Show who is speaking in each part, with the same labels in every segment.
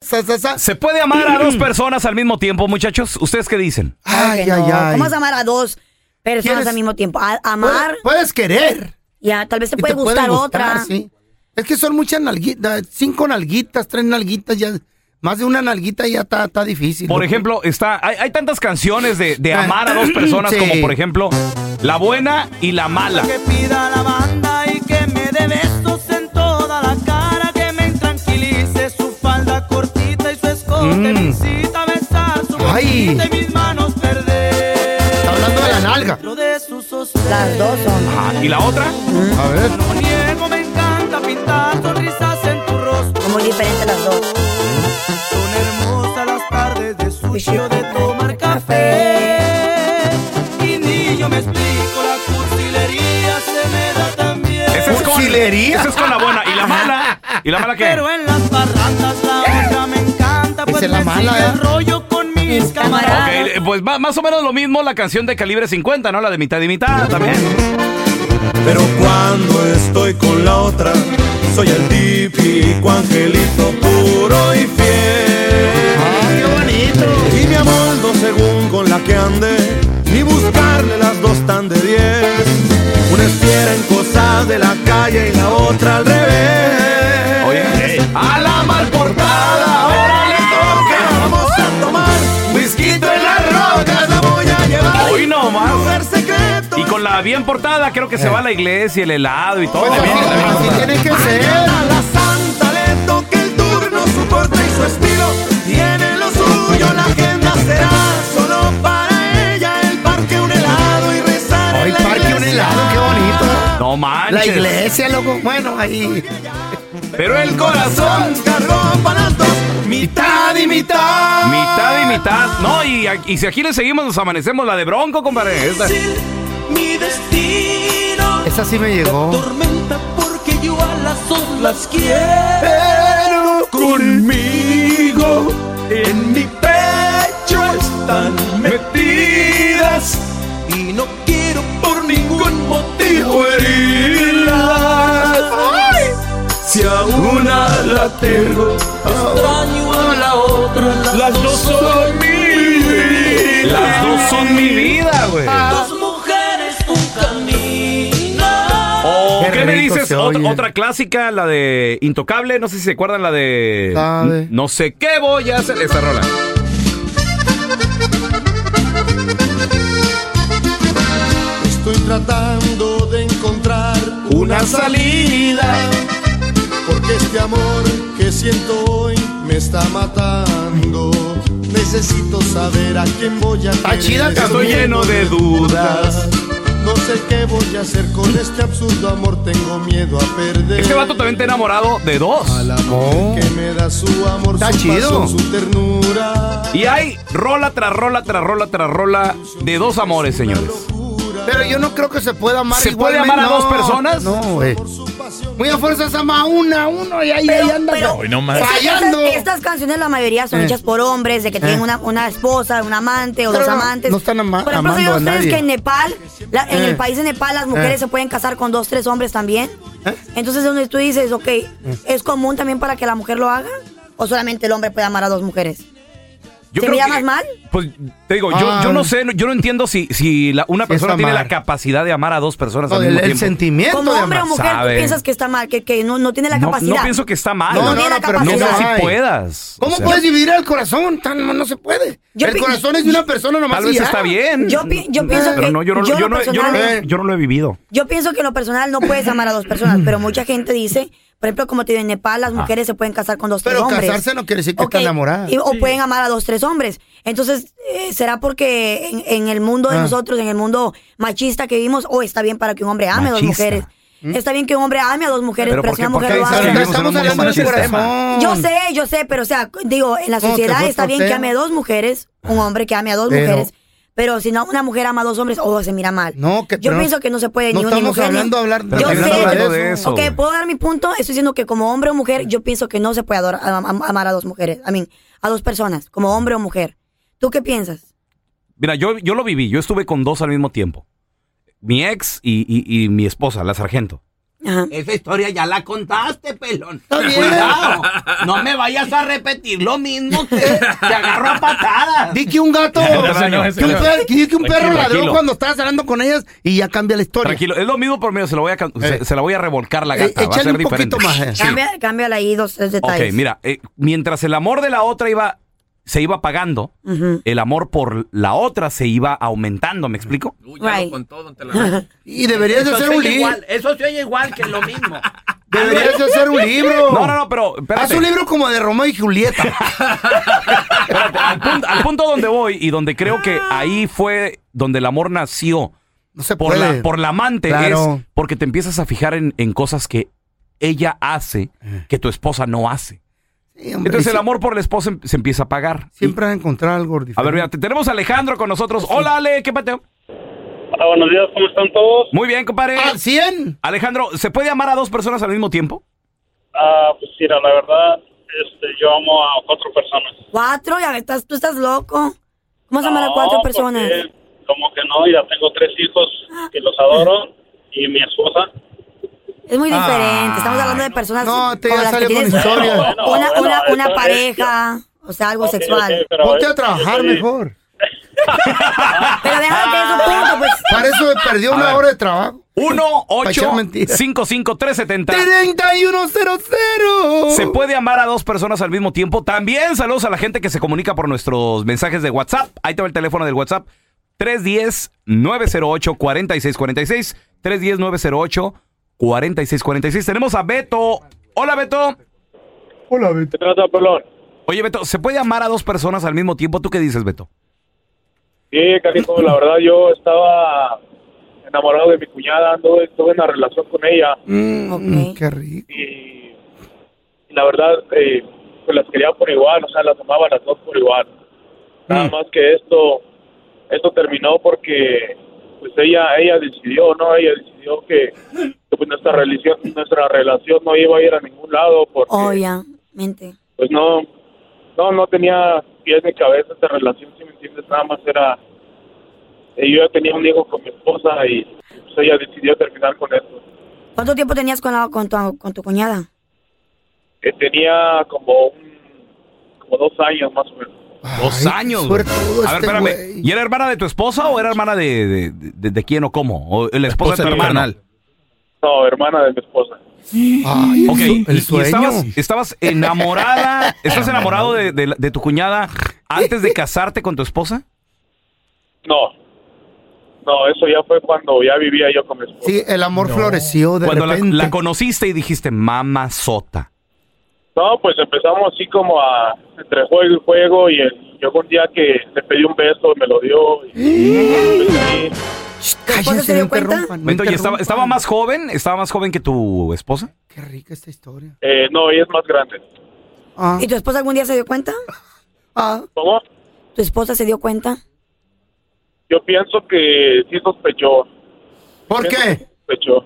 Speaker 1: Sa, sa, sa.
Speaker 2: ¿Se puede amar a dos personas al mismo tiempo, muchachos? ¿Ustedes qué dicen?
Speaker 1: Ay,
Speaker 3: Ay,
Speaker 1: ay,
Speaker 3: no.
Speaker 1: ay.
Speaker 3: ¿Cómo vas a amar a dos personas
Speaker 1: ¿Quieres-
Speaker 3: al mismo tiempo? A- amar,
Speaker 1: Puedes, puedes querer.
Speaker 3: ya, tal vez te
Speaker 1: y
Speaker 3: puede
Speaker 1: pueden
Speaker 3: gustar, otra.
Speaker 1: sí. Es que son muchas nalguitas, cinco nalguitas, tres nalguitas, ya. Más de una nalguita ya está, está difícil.
Speaker 2: Por
Speaker 1: ¿no?
Speaker 2: ejemplo, está, hay, hay tantas canciones de, de
Speaker 1: Ah.
Speaker 2: amar a dos personas,
Speaker 1: Sí.
Speaker 2: como por ejemplo La Buena y La Mala.
Speaker 4: Que pida la banda y que me dé besos en toda la cara, que me intranquilice su falda cortita y su escote, me incita a besar su
Speaker 1: Ay.
Speaker 4: boquita y mis manos perder.
Speaker 1: Está hablando de la nalga.
Speaker 4: Dentro de sus sostenes.
Speaker 3: Las dos son.
Speaker 2: Ah, ¿Y la otra?
Speaker 1: A ver.
Speaker 4: No niego, me encanta pintar sonrisas en tu rostro.
Speaker 3: Son muy diferentes las dos.
Speaker 4: Son hermosas las tardes de sucio de tomar
Speaker 3: café.
Speaker 4: café. Y ni yo me explico, la cursilería se me da también.
Speaker 2: Esa es, con,
Speaker 1: Cursilería.
Speaker 2: esa es con La Buena. ¿Y La Mala? ¿Y La Mala qué?
Speaker 4: Pero en las parrandas la otra me encanta
Speaker 1: Esa
Speaker 4: Pues
Speaker 1: es ¿Eh? la
Speaker 4: me
Speaker 1: mala,
Speaker 4: sigue
Speaker 1: ¿eh?
Speaker 4: el rollo con mis
Speaker 3: camaradas.
Speaker 2: Ok,
Speaker 4: camaradas
Speaker 2: eh, pues ma- más o menos lo mismo la canción de Calibre 50, ¿no? La de mitad y mitad también.
Speaker 5: Pero cuando estoy con la otra, soy el típico angelito puro y fiel.
Speaker 2: Ah,
Speaker 1: Ay, qué bonito.
Speaker 5: Y me amoldo según con la que ande, ni buscarle las dos tan de diez. Una es fiera en cosas de la calle y la otra al revés.
Speaker 2: Oye, hey,
Speaker 5: a la mal portada, ahora le toca. Vamos a tomar whisky en las rocas, la voy a llevar.
Speaker 2: hoy no más.
Speaker 5: Lugar secreto.
Speaker 2: Y con la bien portada, creo que se va a la iglesia, el helado y todo.
Speaker 1: Pues
Speaker 2: Bien,
Speaker 1: así,
Speaker 2: la bien
Speaker 1: así
Speaker 2: portada.
Speaker 1: tiene que ser.
Speaker 5: A la santa le toca el turno, su porte y su estilo tiene lo suyo, la agenda será solo para ella, el parque un helado y rezar
Speaker 1: Ay,
Speaker 5: en la
Speaker 1: parque un
Speaker 5: iglesia.
Speaker 1: helado, qué bonito.
Speaker 2: No
Speaker 1: La
Speaker 2: manches.
Speaker 1: iglesia, loco. Bueno, ahí.
Speaker 2: Pero el corazón.
Speaker 5: Corazón cargó para las dos, mitad y mitad.
Speaker 2: Mitad y mitad. No, y, y si aquí le seguimos, nos amanecemos la de Bronco, compadre. Esta-
Speaker 4: Mi destino
Speaker 1: Esa sí me llegó.
Speaker 4: Tormenta porque yo a las dos las quiero
Speaker 5: Pero conmigo en mi pecho están metidas
Speaker 4: Y no quiero
Speaker 5: por ningún motivo herirlas. Si a una la tengo,
Speaker 4: daño a la otra
Speaker 5: las dos son mías.
Speaker 2: Las dos son mi vida, güey.
Speaker 1: Ah,
Speaker 4: Las dos mujeres un camino
Speaker 2: O,
Speaker 1: Qué
Speaker 2: ¿Qué me
Speaker 1: rico
Speaker 2: dices?
Speaker 1: se
Speaker 2: Ot-
Speaker 1: oye.
Speaker 2: otra clásica, la de Intocable. No sé si se acuerdan la de.
Speaker 1: Sabe.
Speaker 2: N- No sé qué voy a hacer. Esa rola.
Speaker 5: Estoy tratando de encontrar una salida. Porque este amor que siento hoy me está matando. Necesito saber a quién voy a
Speaker 2: Ah,
Speaker 1: Está chida,
Speaker 5: querer.
Speaker 1: Estoy
Speaker 2: lleno de dudas.
Speaker 5: No sé qué voy a hacer con este absurdo amor. Tengo miedo a perder.
Speaker 2: Este vato también está enamorado de dos.
Speaker 5: Al amor
Speaker 1: Oh.
Speaker 5: que me da su amor,
Speaker 1: Está
Speaker 5: su
Speaker 1: chido.
Speaker 5: pasión, su ternura.
Speaker 2: Y hay rola tras rola tras rola tras rola de dos amores, señores.
Speaker 1: Pero yo no creo que se pueda amar
Speaker 2: ¿Se puede
Speaker 1: igualmente.
Speaker 2: amar a
Speaker 1: No,
Speaker 2: dos personas?
Speaker 1: No, güey. Muy a fuerzas ama a una, uno y ahí, ahí anda.
Speaker 3: Hoy no más.
Speaker 1: Fallando.
Speaker 3: Estas, estas canciones la mayoría son
Speaker 1: Eh.
Speaker 3: hechas por hombres, de que tienen una, una esposa, un amante o
Speaker 1: Pero
Speaker 3: dos
Speaker 1: no-
Speaker 3: amantes.
Speaker 1: no están ama-
Speaker 3: Por ejemplo,
Speaker 1: amando a
Speaker 3: ¿sabían ustedes
Speaker 1: nadie.
Speaker 3: que en Nepal, la- en
Speaker 1: Eh.
Speaker 3: el país de Nepal, las mujeres
Speaker 1: Eh.
Speaker 3: se pueden casar con dos, tres hombres también? Entonces, donde tú dices, ok,
Speaker 1: Eh.
Speaker 3: ¿es común también para que la mujer lo haga? ¿O solamente el hombre puede amar a dos mujeres?
Speaker 2: Yo
Speaker 3: ¿Se
Speaker 2: creo
Speaker 3: me
Speaker 2: que-
Speaker 3: llamas mal?
Speaker 2: Pues te digo, yo,
Speaker 1: Ah.
Speaker 2: yo no sé, no- yo no entiendo si, si la- una
Speaker 1: Si es
Speaker 2: persona tiene
Speaker 1: amar.
Speaker 2: la capacidad de amar a dos personas
Speaker 1: No,
Speaker 2: al
Speaker 1: el,
Speaker 2: mismo
Speaker 1: el
Speaker 2: tiempo.
Speaker 1: sentimiento
Speaker 3: Como
Speaker 1: de
Speaker 3: hombre o
Speaker 1: amar.
Speaker 3: mujer,
Speaker 2: sabe.
Speaker 3: ¿tú piensas que está mal, que, que no, no tiene la
Speaker 2: No,
Speaker 3: capacidad.
Speaker 2: no pienso que está mal.
Speaker 1: No,
Speaker 3: No
Speaker 1: no,
Speaker 3: tiene
Speaker 1: no,
Speaker 3: la
Speaker 1: pero
Speaker 2: No
Speaker 1: ¿cómo
Speaker 2: sé
Speaker 3: capacidad.
Speaker 2: si
Speaker 1: hay?
Speaker 2: puedas.
Speaker 1: ¿Cómo
Speaker 2: O sea,
Speaker 1: puedes dividir al corazón? Tan, no se puede.
Speaker 3: Yo
Speaker 1: el
Speaker 3: pi-
Speaker 1: corazón es de una persona nomás
Speaker 2: Tal
Speaker 1: y
Speaker 2: vez
Speaker 1: ya.
Speaker 2: está bien.
Speaker 3: Yo pi-
Speaker 6: Eh.
Speaker 3: yo pienso
Speaker 2: Pero
Speaker 3: que-
Speaker 2: no, yo no, lo-
Speaker 3: yo en
Speaker 2: yo
Speaker 3: lo
Speaker 2: no- yo no lo-
Speaker 3: personal-
Speaker 2: yo no lo he vivido.
Speaker 3: Yo pienso que en lo personal no puedes amar a dos personas, pero mucha gente dice, por ejemplo, como te digo, en Nepal las mujeres se pueden casar con dos,
Speaker 1: Pero
Speaker 3: tres hombres.
Speaker 1: casarse no quiere decir que
Speaker 3: Ok,
Speaker 1: está enamorada.
Speaker 3: y- o pueden amar a dos, tres hombres. Entonces, eh, ¿será porque en, en el mundo de
Speaker 1: Ah.
Speaker 3: nosotros, en el mundo machista que vivimos, o está bien para que un hombre ame a dos
Speaker 2: Machista.
Speaker 3: mujeres? Está bien que un hombre ame a dos mujeres,
Speaker 2: Pero
Speaker 3: pero,
Speaker 2: ¿por
Speaker 3: si
Speaker 2: qué-
Speaker 3: una
Speaker 2: por qué
Speaker 3: mujer lo
Speaker 2: ahí
Speaker 3: ama.
Speaker 2: sale?
Speaker 1: Ahorita
Speaker 2: vivimos en
Speaker 1: estamos
Speaker 2: un mundo
Speaker 1: hablando de tu
Speaker 2: machista.
Speaker 1: corazón.
Speaker 3: Yo sé, yo sé, pero o sea, digo, en la
Speaker 1: Mm. ¿Cómo te
Speaker 3: sociedad
Speaker 1: fue
Speaker 3: está bien
Speaker 1: portero?
Speaker 3: que ame a dos mujeres, un hombre que ame a dos
Speaker 1: Pero-
Speaker 3: mujeres, pero si no, una mujer ama a dos hombres, oh, se mira mal.
Speaker 1: No, que-
Speaker 3: Yo
Speaker 1: pero no-
Speaker 3: pienso que no se puede
Speaker 1: no
Speaker 3: ni una ni
Speaker 1: estamos
Speaker 3: mujer. ni-
Speaker 1: hablando- hablar-
Speaker 3: Yo
Speaker 2: estamos
Speaker 3: sé,
Speaker 2: hablando
Speaker 3: pero-
Speaker 2: de eso,
Speaker 3: ok,
Speaker 2: güey.
Speaker 3: ¿puedo dar mi punto? Estoy diciendo que como hombre o mujer, yo pienso que no se puede adorar- am- am- amar a dos mujeres, a mí, a dos personas, como hombre o mujer. ¿Tú qué piensas?
Speaker 2: Mira, yo, yo lo viví, yo estuve con dos al mismo tiempo. Mi ex y, y- y mi esposa, la sargento.
Speaker 3: Ajá.
Speaker 6: Esa historia ya la contaste, pelón.
Speaker 1: Está bien.
Speaker 6: Cuidado, no me vayas a repetir lo mismo que te agarro a patadas.
Speaker 1: Di que un gato,
Speaker 2: señor,
Speaker 1: que un
Speaker 2: señor.
Speaker 1: perro, di que un perro
Speaker 2: Tranquilo,
Speaker 1: ladró
Speaker 2: tranquilo.
Speaker 1: cuando estabas hablando con ellas y ya cambia la historia.
Speaker 2: Tranquilo, es lo mismo por mí, se, lo voy a, can-
Speaker 6: Eh.
Speaker 2: se, se la voy a revolcar la
Speaker 1: Eh,
Speaker 2: gata, va a
Speaker 1: échale
Speaker 2: ser
Speaker 1: un poquito
Speaker 2: diferente.
Speaker 1: más. eh.
Speaker 3: Cambia, cámbiala ahí dos, tres detalles.
Speaker 2: Ok, mira, eh, mientras el amor de la otra iba, se iba apagando,
Speaker 3: Ujú.
Speaker 2: el amor por la otra se iba aumentando, ¿me explico?
Speaker 1: Oh.
Speaker 3: Right.
Speaker 1: Y deberías de
Speaker 6: Eso
Speaker 1: hacer
Speaker 6: se
Speaker 1: un
Speaker 6: oye
Speaker 1: libro.
Speaker 6: igual, eso se oye igual que lo mismo.
Speaker 1: Deberías de hacer un libro.
Speaker 2: No, no, no, pero
Speaker 1: Haz
Speaker 2: espérate.
Speaker 1: un libro como de Romeo y Julieta.
Speaker 2: Espérate, al, punto, al punto donde voy y donde creo que ahí fue donde el amor nació
Speaker 1: No se
Speaker 2: por
Speaker 1: puede.
Speaker 2: la, por la amante
Speaker 1: Claro.
Speaker 2: es porque te empiezas a fijar en, en cosas que ella hace que tu esposa no hace.
Speaker 1: Sí, hombre,
Speaker 2: Entonces
Speaker 1: Eh. y
Speaker 2: el
Speaker 1: si-
Speaker 2: amor por la esposa em- se empieza a pagar.
Speaker 1: Siempre vas a encontrar algo diferente.
Speaker 2: A ver, mira, te- tenemos a Alejandro con nosotros. Hola, Ale, ¿qué pateo?
Speaker 7: Hola, buenos días, ¿cómo están todos?
Speaker 2: Muy bien, compadre.
Speaker 1: ¡Al 100!
Speaker 2: Alejandro, ¿se puede amar a dos personas al mismo tiempo?
Speaker 7: Ah, pues mira, la verdad, este, yo amo a cuatro personas.
Speaker 3: Cuatro, ya estás, tú estás loco. ¿Cómo se aman a
Speaker 7: No,
Speaker 3: cuatro personas?
Speaker 7: porque Como que no, ya tengo tres hijos que los adoro y mi esposa.
Speaker 3: Es muy diferente. Estamos hablando de personas
Speaker 1: No, te
Speaker 3: con
Speaker 1: ya
Speaker 3: las que
Speaker 1: sale con
Speaker 3: tienes
Speaker 1: historia.
Speaker 7: Bueno,
Speaker 3: una,
Speaker 7: bueno,
Speaker 3: una, una
Speaker 7: eso es-
Speaker 3: pareja, o sea, algo
Speaker 7: Ok,
Speaker 3: sexual.
Speaker 7: ok, pero
Speaker 1: Ponte
Speaker 7: yo-
Speaker 1: a
Speaker 7: yo
Speaker 1: trabajar
Speaker 7: soy-
Speaker 1: mejor.
Speaker 3: Pero déjame que es un
Speaker 7: Ah.
Speaker 3: punto, pues.
Speaker 1: Para eso me perdió una
Speaker 2: ver.
Speaker 1: hora de trabajo.
Speaker 2: 1 8
Speaker 1: echar mentiras.
Speaker 2: 55 370
Speaker 1: 3100.
Speaker 2: ¿Se puede amar a dos personas al mismo tiempo? También saludos a la gente que se comunica por nuestros mensajes de WhatsApp. Ahí te va el teléfono del WhatsApp. 310-908-4646. 310-908-4646. Tenemos a Beto. Hola, Beto.
Speaker 1: Hola, Beto.
Speaker 7: ¿Qué trata, pelón?
Speaker 2: Oye, Beto, ¿se puede amar a dos personas al mismo tiempo? ¿Tú qué dices, Beto?
Speaker 7: Sí, carico, la verdad yo estaba enamorado de mi cuñada, anduve, tuve una relación con ella
Speaker 3: Ok.
Speaker 1: Mm, Qué rico.
Speaker 7: y la verdad eh, pues las quería por igual, o sea, las amaba las dos por igual. Nada más que esto esto terminó porque pues ella ella decidió, no, ella decidió que, que, pues, nuestra relación nuestra relación no iba a ir a ningún lado porque
Speaker 3: Oh, Obviamente.
Speaker 7: pues no no no tenía pies ni cabeza esta relación, si me entiendes, nada más era eh, yo ya tenía un hijo con mi esposa y pues, ella decidió terminar con esto.
Speaker 3: ¿Cuánto tiempo tenías con, la- con, tu, con tu cuñada?
Speaker 7: Eh, tenía como un, como dos años más o menos.
Speaker 2: Dos
Speaker 1: Ay, qué
Speaker 2: años. güey.
Speaker 1: suertudo
Speaker 2: a ver,
Speaker 1: este
Speaker 2: espérame.
Speaker 1: güey.
Speaker 2: ¿Y era hermana de tu esposa o era hermana de, de, de- de quién o cómo? ¿O la esposa, de tu hermano?
Speaker 7: No, hermana de mi esposa.
Speaker 1: Ay, el
Speaker 2: Ok,
Speaker 1: su-
Speaker 2: y-
Speaker 1: el
Speaker 2: y
Speaker 1: sueño.
Speaker 2: estabas, estabas enamorada, estás enamorado de, de la- de tu cuñada antes de casarte con tu esposa.
Speaker 7: No. No, eso ya fue cuando ya vivía yo con mi esposa.
Speaker 1: Sí, el amor floreció de
Speaker 2: Cuando la,
Speaker 1: repente.
Speaker 2: la conociste y dijiste, mamá sota.
Speaker 7: No, pues empezamos así como a entre juego y juego y el- llegó un día que le pedí un beso y me lo dio. Y, pues, y-
Speaker 1: Shh,
Speaker 3: esposa
Speaker 1: Cállense,
Speaker 3: se
Speaker 1: no
Speaker 3: dio
Speaker 1: interrumpan. no
Speaker 2: Entonces, estaba,
Speaker 1: interrumpan.
Speaker 2: estaba más joven, estaba más joven que tu esposa.
Speaker 1: Qué rica esta historia.
Speaker 7: eh, no, ella es más grande.
Speaker 1: Ah,
Speaker 3: ¿Y tu esposa algún día se dio cuenta?
Speaker 1: ah,
Speaker 7: ¿Cómo?
Speaker 3: ¿Tu esposa se dio cuenta?
Speaker 7: Yo pienso que sí sospechó.
Speaker 1: ¿Por qué?
Speaker 7: Sospechó.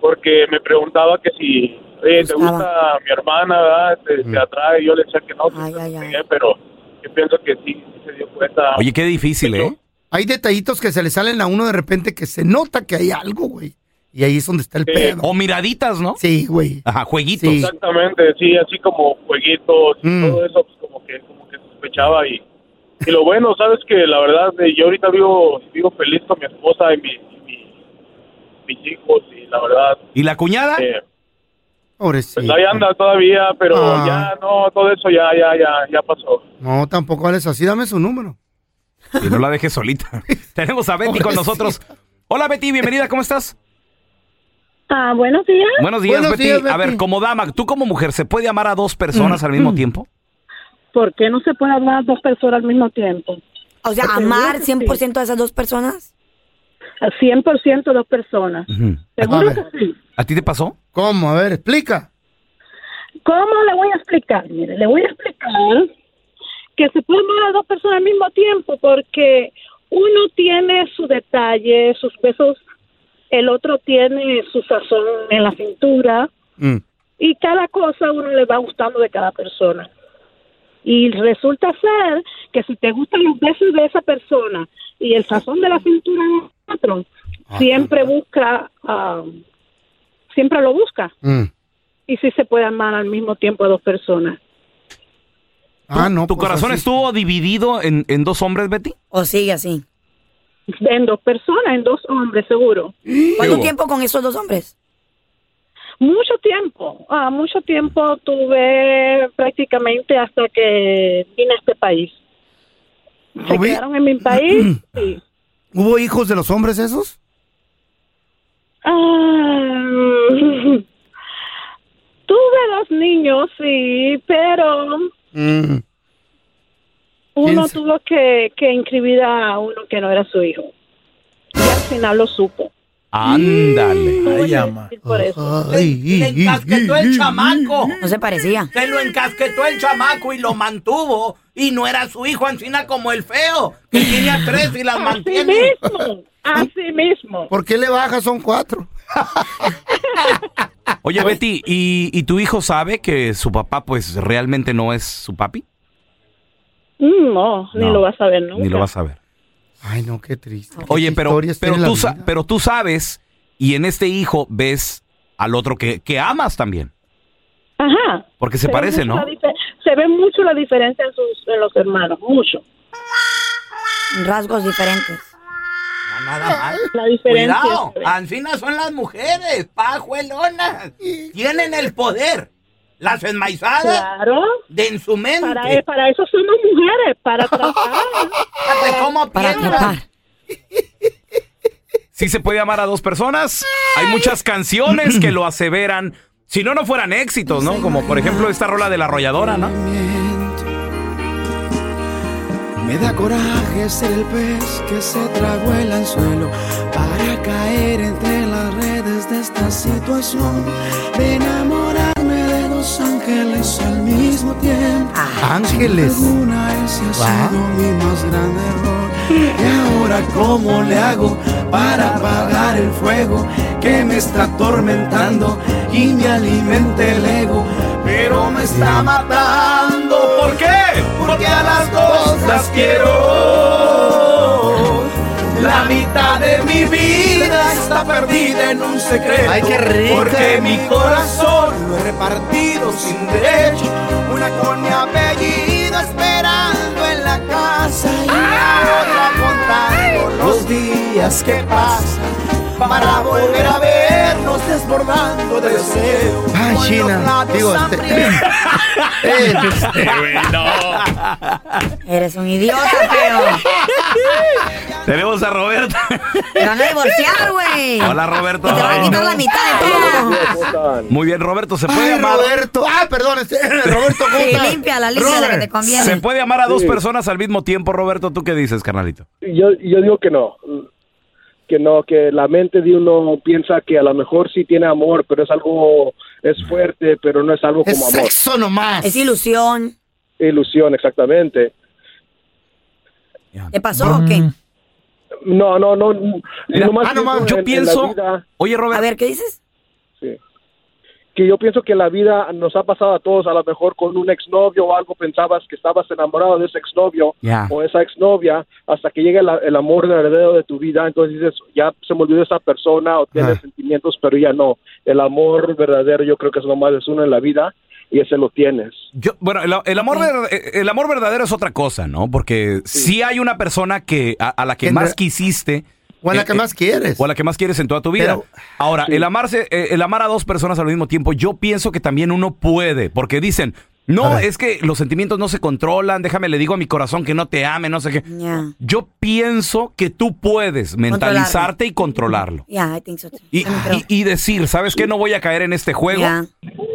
Speaker 7: Porque me preguntaba que si oye, te
Speaker 3: Gustaba.
Speaker 7: gusta mi hermana, ¿verdad? Este, Te, te atrae. Yo le decía que no, pues,
Speaker 3: Ay,
Speaker 7: no
Speaker 3: ay,
Speaker 7: sé
Speaker 3: ay.
Speaker 7: qué, pero yo pienso que sí, sí se dio cuenta.
Speaker 2: Oye, qué difícil, ¿eh?
Speaker 1: Hay detallitos que se le salen a uno de repente que se nota que hay algo, güey. Y ahí es donde está el
Speaker 7: Sí.
Speaker 1: pedo.
Speaker 2: O miraditas, ¿no?
Speaker 1: Sí, güey.
Speaker 2: Ajá, jueguitos.
Speaker 1: Sí.
Speaker 7: Exactamente, sí, así como jueguitos y
Speaker 1: Mm.
Speaker 7: todo eso, pues como que, como que sospechaba y, y lo bueno, sabes que la verdad, eh, yo ahorita vivo, vivo feliz con mi esposa y, mi, y mi- mis hijos y la verdad,
Speaker 2: ¿Y la
Speaker 3: Ah,
Speaker 2: cuñada?
Speaker 7: eh,
Speaker 1: Pobrecito.
Speaker 7: pues ahí anda todavía, pero
Speaker 1: Ah.
Speaker 7: ya no, todo eso ya, ya, ya, ya pasó.
Speaker 1: No, tampoco hables así. Dame su número.
Speaker 2: Y no la dejes solita. Tenemos a Betty con nosotros. Hola, Betty, bienvenida, ¿cómo estás?
Speaker 8: Ah, buenos días.
Speaker 2: Buenos días,
Speaker 1: Buenos
Speaker 2: Betty.
Speaker 1: días,
Speaker 2: A ver,
Speaker 1: Betty.
Speaker 2: como dama, tú como mujer, ¿se puede amar a dos personas al mismo tiempo?
Speaker 8: ¿Por qué no se puede hablar dos personas al mismo tiempo?
Speaker 3: O sea,
Speaker 8: Porque
Speaker 3: amar
Speaker 8: yo sí.
Speaker 3: 100% a esas dos personas.
Speaker 8: a 100% dos personas.
Speaker 2: Ujú.
Speaker 8: Seguro
Speaker 1: Mm. A ver.
Speaker 8: que sí.
Speaker 2: ¿A ti te pasó?
Speaker 1: ¿Cómo? A ver, explica.
Speaker 8: ¿Cómo le voy a explicar? Mire, le voy a explicar que se pueden ver a dos personas al mismo tiempo porque uno tiene su detalle, sus pesos, el otro tiene su sazón en la cintura
Speaker 1: Mm,
Speaker 8: y cada cosa a uno le va gustando de cada persona. Y resulta ser que si te gustan los besos de esa persona y el sazón de la cintura de otro, siempre busca, ah, siempre lo busca
Speaker 1: mm.
Speaker 8: y si se puede amar al mismo tiempo a dos personas.
Speaker 1: Ah, no.
Speaker 2: ¿Tu
Speaker 1: pues
Speaker 2: corazón
Speaker 1: así-
Speaker 2: estuvo dividido en, en dos hombres, Betty?
Speaker 3: ¿O sigue así?
Speaker 8: En dos personas, en dos hombres, seguro.
Speaker 3: ¿Cuánto
Speaker 2: hubo?
Speaker 3: tiempo con esos dos hombres?
Speaker 8: Mucho tiempo, ah, mucho tiempo tuve prácticamente hasta que vine a este país. Se
Speaker 1: ¿Tuvi-
Speaker 8: quedaron en mi país y...
Speaker 1: ¿Hubo hijos de los hombres esos?
Speaker 8: ah, tuve dos niños, sí, pero
Speaker 2: Mm.
Speaker 8: uno
Speaker 1: Piensa.
Speaker 8: tuvo que, que inscribir a uno que no era su hijo. Y al final lo supo.
Speaker 2: Ándale.
Speaker 8: Tuve que
Speaker 2: Ah.
Speaker 6: ama.
Speaker 8: decir Por eso.
Speaker 6: Le
Speaker 1: Ay,
Speaker 6: encasquetó el chamaco.
Speaker 3: No se parecía.
Speaker 6: Se lo encasquetó el chamaco y lo mantuvo. Y no era su hijo, Ancina, como el feo, que tiene a tres y las
Speaker 8: Así
Speaker 6: mantiene.
Speaker 8: mismo, así mismo.
Speaker 1: ¿Por qué le baja? Son cuatro.
Speaker 2: Oye, Betty, ¿y, y tu hijo sabe que su papá, pues, realmente no es su papi?
Speaker 8: Mm, No,
Speaker 2: No,
Speaker 8: ni lo vas a ver nunca.
Speaker 2: Ni lo vas a ver.
Speaker 1: Ay, no, qué triste.
Speaker 2: Oye,
Speaker 1: Qué
Speaker 2: pero,
Speaker 1: historias
Speaker 2: pero,
Speaker 1: tiene la
Speaker 2: tú sa-
Speaker 1: vida.
Speaker 2: pero tú sabes, y en este hijo ves al otro que, que amas también.
Speaker 8: Ajá.
Speaker 2: Porque se
Speaker 8: ve
Speaker 2: parece,
Speaker 8: mucho
Speaker 2: ¿no?
Speaker 8: la dife- Se ve mucho la diferencia en, sus, en los hermanos, mucho.
Speaker 3: Rasgos diferentes.
Speaker 6: Nada más.
Speaker 8: La diferencia.
Speaker 6: Cuidado,
Speaker 8: se ve.
Speaker 6: Ancina son las mujeres, pajuelonas. Tienen el poder. Las enmaizadas
Speaker 8: Claro.
Speaker 6: de en su
Speaker 8: Para, e-,
Speaker 6: mente.
Speaker 8: para eso somos mujeres, para tratar.
Speaker 6: Fíjate cómo
Speaker 3: Para
Speaker 6: piensan.
Speaker 3: atrapar.
Speaker 2: Sí se puede amar a dos personas. Hay muchas canciones que lo aseveran. Si no, no fueran éxitos, ¿no? Como por ejemplo esta rola de la arrolladora, ¿no?
Speaker 4: Me da coraje ser el pez que se tragó el anzuelo para caer entre las redes de esta situación, de enamorarme de dos ángeles al mismo tiempo.
Speaker 1: Ángeles.
Speaker 4: Alguna ese
Speaker 1: Guau.
Speaker 4: ha sido mi más grande error. Y ahora cómo le hago para apagar el fuego que me está atormentando y me alimenta el ego, pero me está matando. ¿Por qué? Porque a las dos las quiero. La mitad de mi vida está perdida en un secreto.
Speaker 6: Ay, qué rico.
Speaker 4: Porque mi corazón lo he repartido sin derecho. Una con mi apellido esperando en la casa. Y la otra contando los días que pasan. Para volver a vernos desbordando de deseo.
Speaker 1: Ah,
Speaker 4: con los
Speaker 1: China.
Speaker 4: labios
Speaker 1: Digo, este-
Speaker 4: hambrientos.
Speaker 1: Eh,
Speaker 2: Este,
Speaker 1: pues,
Speaker 3: Eres un idiota, feo.
Speaker 2: Tenemos a Roberto.
Speaker 3: Te van a divorciar, güey.
Speaker 2: Hola, Roberto.
Speaker 3: Y te van a quitar la mitad de todo. Ah,
Speaker 2: Muy bien, Roberto. ¿Se puede
Speaker 1: ay,
Speaker 2: amar?
Speaker 1: Roberto. Ah, perdón. este, Roberto
Speaker 3: Sí,
Speaker 1: Gómez.
Speaker 3: limpia la limpia la que te conviene.
Speaker 2: ¿Se puede amar a dos personas al mismo tiempo, Roberto? ¿Tú qué dices, carnalito?
Speaker 9: Yo, yo digo que no. Que no, que la mente de uno piensa que a lo mejor sí tiene amor, pero es algo, es fuerte, pero no es algo
Speaker 1: Es
Speaker 9: como amor.
Speaker 1: sexo nomás.
Speaker 3: Es ilusión.
Speaker 9: Ilusión, exactamente.
Speaker 3: ¿Te pasó o
Speaker 2: Mm.
Speaker 3: qué?
Speaker 9: No, no, no.
Speaker 2: Mira,
Speaker 9: nomás
Speaker 2: ah, nomás, yo
Speaker 9: en- en
Speaker 2: pienso.
Speaker 9: la vida,
Speaker 2: Oye,
Speaker 3: A
Speaker 2: Roberto.
Speaker 3: ver, ¿qué dices?
Speaker 9: sí. que yo pienso que la vida nos ha pasado a todos, a lo mejor con un exnovio o algo pensabas que estabas enamorado de ese exnovio
Speaker 2: Ya.
Speaker 9: o esa exnovia, hasta que llega el, el amor verdadero de tu vida, entonces dices, ya se me olvidó esa persona o tienes
Speaker 1: Ah.
Speaker 9: sentimientos, pero ya no. El amor verdadero yo creo que es nomás es uno en la vida y ese lo tienes.
Speaker 2: Yo- bueno, el, el amor ver- el amor verdadero es otra cosa, ¿no? Porque sí, hay una persona que a, a la que
Speaker 1: En
Speaker 2: más
Speaker 1: re-
Speaker 2: quisiste.
Speaker 1: O a la
Speaker 2: eh,
Speaker 1: que
Speaker 2: eh,
Speaker 1: más quieres.
Speaker 2: O a la que más quieres en toda tu vida.
Speaker 1: Pero-
Speaker 2: Ahora, el amarse, eh, el amar a dos personas al mismo tiempo, yo pienso que también uno puede, porque dicen, no,
Speaker 1: A ver.
Speaker 2: es que los sentimientos no se controlan, déjame, le digo a mi corazón que no te ame, no sé qué.
Speaker 3: Ya.
Speaker 2: Yo pienso que tú puedes mentalizarte y controlarlo.
Speaker 3: Ya, I think so. too.
Speaker 2: Y,
Speaker 3: También creo.
Speaker 2: y- y decir, ¿sabes qué? No voy a caer en este juego
Speaker 3: Ya.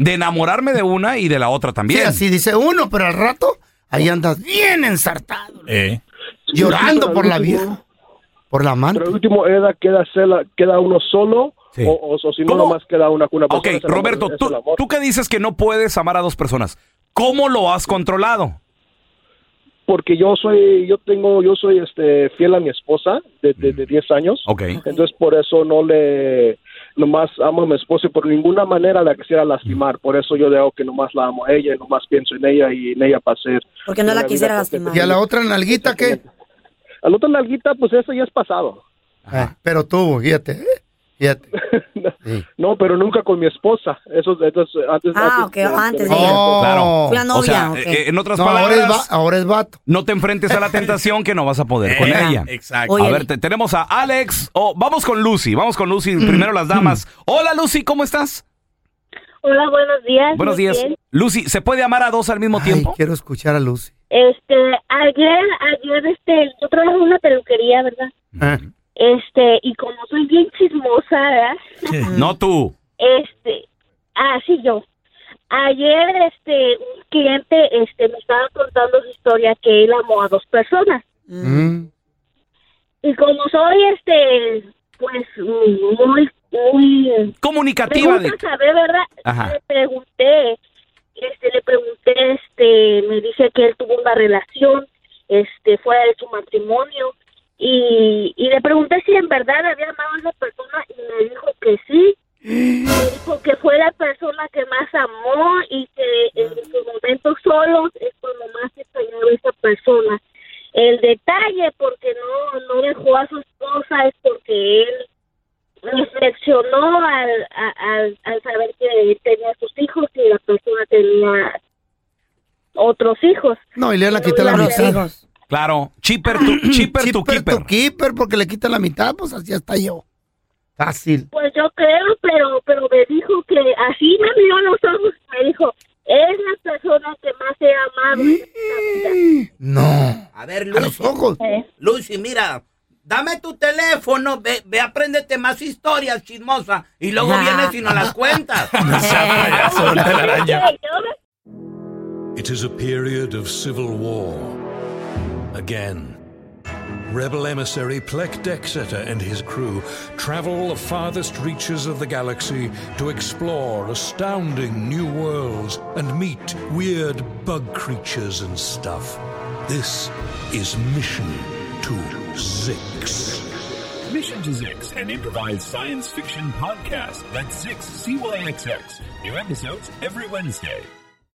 Speaker 2: de enamorarme de una y de la otra
Speaker 1: Sí,
Speaker 2: también.
Speaker 1: así dice uno, pero al rato ahí andas bien ensartado.
Speaker 2: Eh.
Speaker 1: Llorando por la vieja. Por la mano.
Speaker 9: Pero el último era, queda, cela- queda uno solo
Speaker 2: Sí.
Speaker 9: o, o- o si no,
Speaker 2: ¿Cómo?
Speaker 9: nomás queda una con una
Speaker 2: Ok,
Speaker 9: persona. es el amor,
Speaker 2: Roberto,
Speaker 9: es
Speaker 2: tú,
Speaker 9: el amor.
Speaker 2: tú que dices que no puedes amar a dos personas, ¿cómo lo has controlado?
Speaker 9: Porque yo soy, yo tengo, yo soy este fiel a mi esposa de,
Speaker 2: Mm.
Speaker 9: de, de 10 años.
Speaker 2: Ok.
Speaker 9: Entonces por eso no le, nomás amo a mi esposa y por ninguna manera la quisiera lastimar. Por eso yo dejo que nomás la amo a ella y nomás pienso en ella y en ella para hacer.
Speaker 3: Porque no la quisiera lastimar. ¿Y a la
Speaker 1: otra nalguita
Speaker 9: qué? A la otra nalguita, pues eso ya es pasado.
Speaker 1: Ah, pero tú, fíjate, eh, fíjate.
Speaker 9: No, pero nunca con mi esposa. Eso, eso es antes.
Speaker 3: Ah,
Speaker 9: antes
Speaker 3: ok, antes de ella.
Speaker 1: Oh.
Speaker 2: Claro.
Speaker 3: Fui la novia,
Speaker 2: o sea,
Speaker 3: ok.
Speaker 2: eh, en otras
Speaker 1: No, ahora
Speaker 2: palabras,
Speaker 1: es va- ahora es vato.
Speaker 2: no te enfrentes a la tentación que no vas a poder con
Speaker 6: Eh,
Speaker 2: ella.
Speaker 6: exacto.
Speaker 2: a
Speaker 6: Oye,
Speaker 2: ver, te- tenemos a Alex. o vamos con Lucy, vamos con Lucy.
Speaker 1: Mm.
Speaker 2: Primero las damas. Hola, Lucy, ¿cómo estás?
Speaker 10: Hola, buenos días.
Speaker 2: Buenos
Speaker 10: muy
Speaker 2: días.
Speaker 10: bien.
Speaker 2: Lucy, ¿se puede amar a dos al mismo
Speaker 1: Ay,
Speaker 2: tiempo?
Speaker 1: quiero escuchar a Lucy.
Speaker 10: Este, ayer, ayer, este, yo trabajo en una peluquería, ¿verdad?
Speaker 1: Ah,
Speaker 10: Este, y como soy bien chismosa, ¿verdad?
Speaker 2: No tú.
Speaker 10: Este, ah, sí, yo. Ayer, este, un cliente, este, me estaba contando su historia que él amó a dos personas.
Speaker 6: Mm.
Speaker 1: Mm.
Speaker 10: Y como soy, este, pues, muy, muy...
Speaker 2: Comunicativa,
Speaker 10: Me
Speaker 2: Dick.
Speaker 10: gusta saber, ¿verdad?
Speaker 2: Ajá.
Speaker 10: Le pregunté, este, le pregunté, este, me dice que él tuvo una relación, este, fuera de su matrimonio, y, y le pregunté si en verdad había amado a esa persona, y me dijo que sí, me dijo que fue la persona que más amó, y que en sus momentos solos es cuando más extrañaba a esa persona. El detalle, porque no, no dejó a su esposa, es porque él reflexionó al, a- al, al saber que tenía sus hijos y la persona tenía otros hijos.
Speaker 1: No, y le van a quitar la
Speaker 10: Los
Speaker 1: mitad.
Speaker 3: hijos.
Speaker 2: Claro. Cheaper tu, cheaper tu
Speaker 1: Keeper,
Speaker 2: keeper.
Speaker 1: tu keeper, porque le quita la mitad, pues así hasta yo. Fácil.
Speaker 10: Pues yo creo, pero pero me dijo que así me miró a los ojos, me dijo, es la persona que más he amado. en esta vida".
Speaker 1: No.
Speaker 6: Mm. a ver,
Speaker 1: A los
Speaker 6: Lucy,
Speaker 1: ojos.
Speaker 10: Eh,
Speaker 6: Lucy, mira, dame tu teléfono, ve, ve, apréndete más historias chismosas y luego
Speaker 3: Ah.
Speaker 6: vienes y nos las cuentas.
Speaker 10: yo me-
Speaker 11: It is a period of civil war. Again. Rebel emissary Plek Dexeter and his crew travel the farthest reaches of the galaxy to explore astounding new worlds and meet weird bug creatures and stuff. This is Mission to Zix.
Speaker 12: Mission to Zix, an improvised science fiction podcast. That's Zix, C-Y-X-X. New episodes every Wednesday.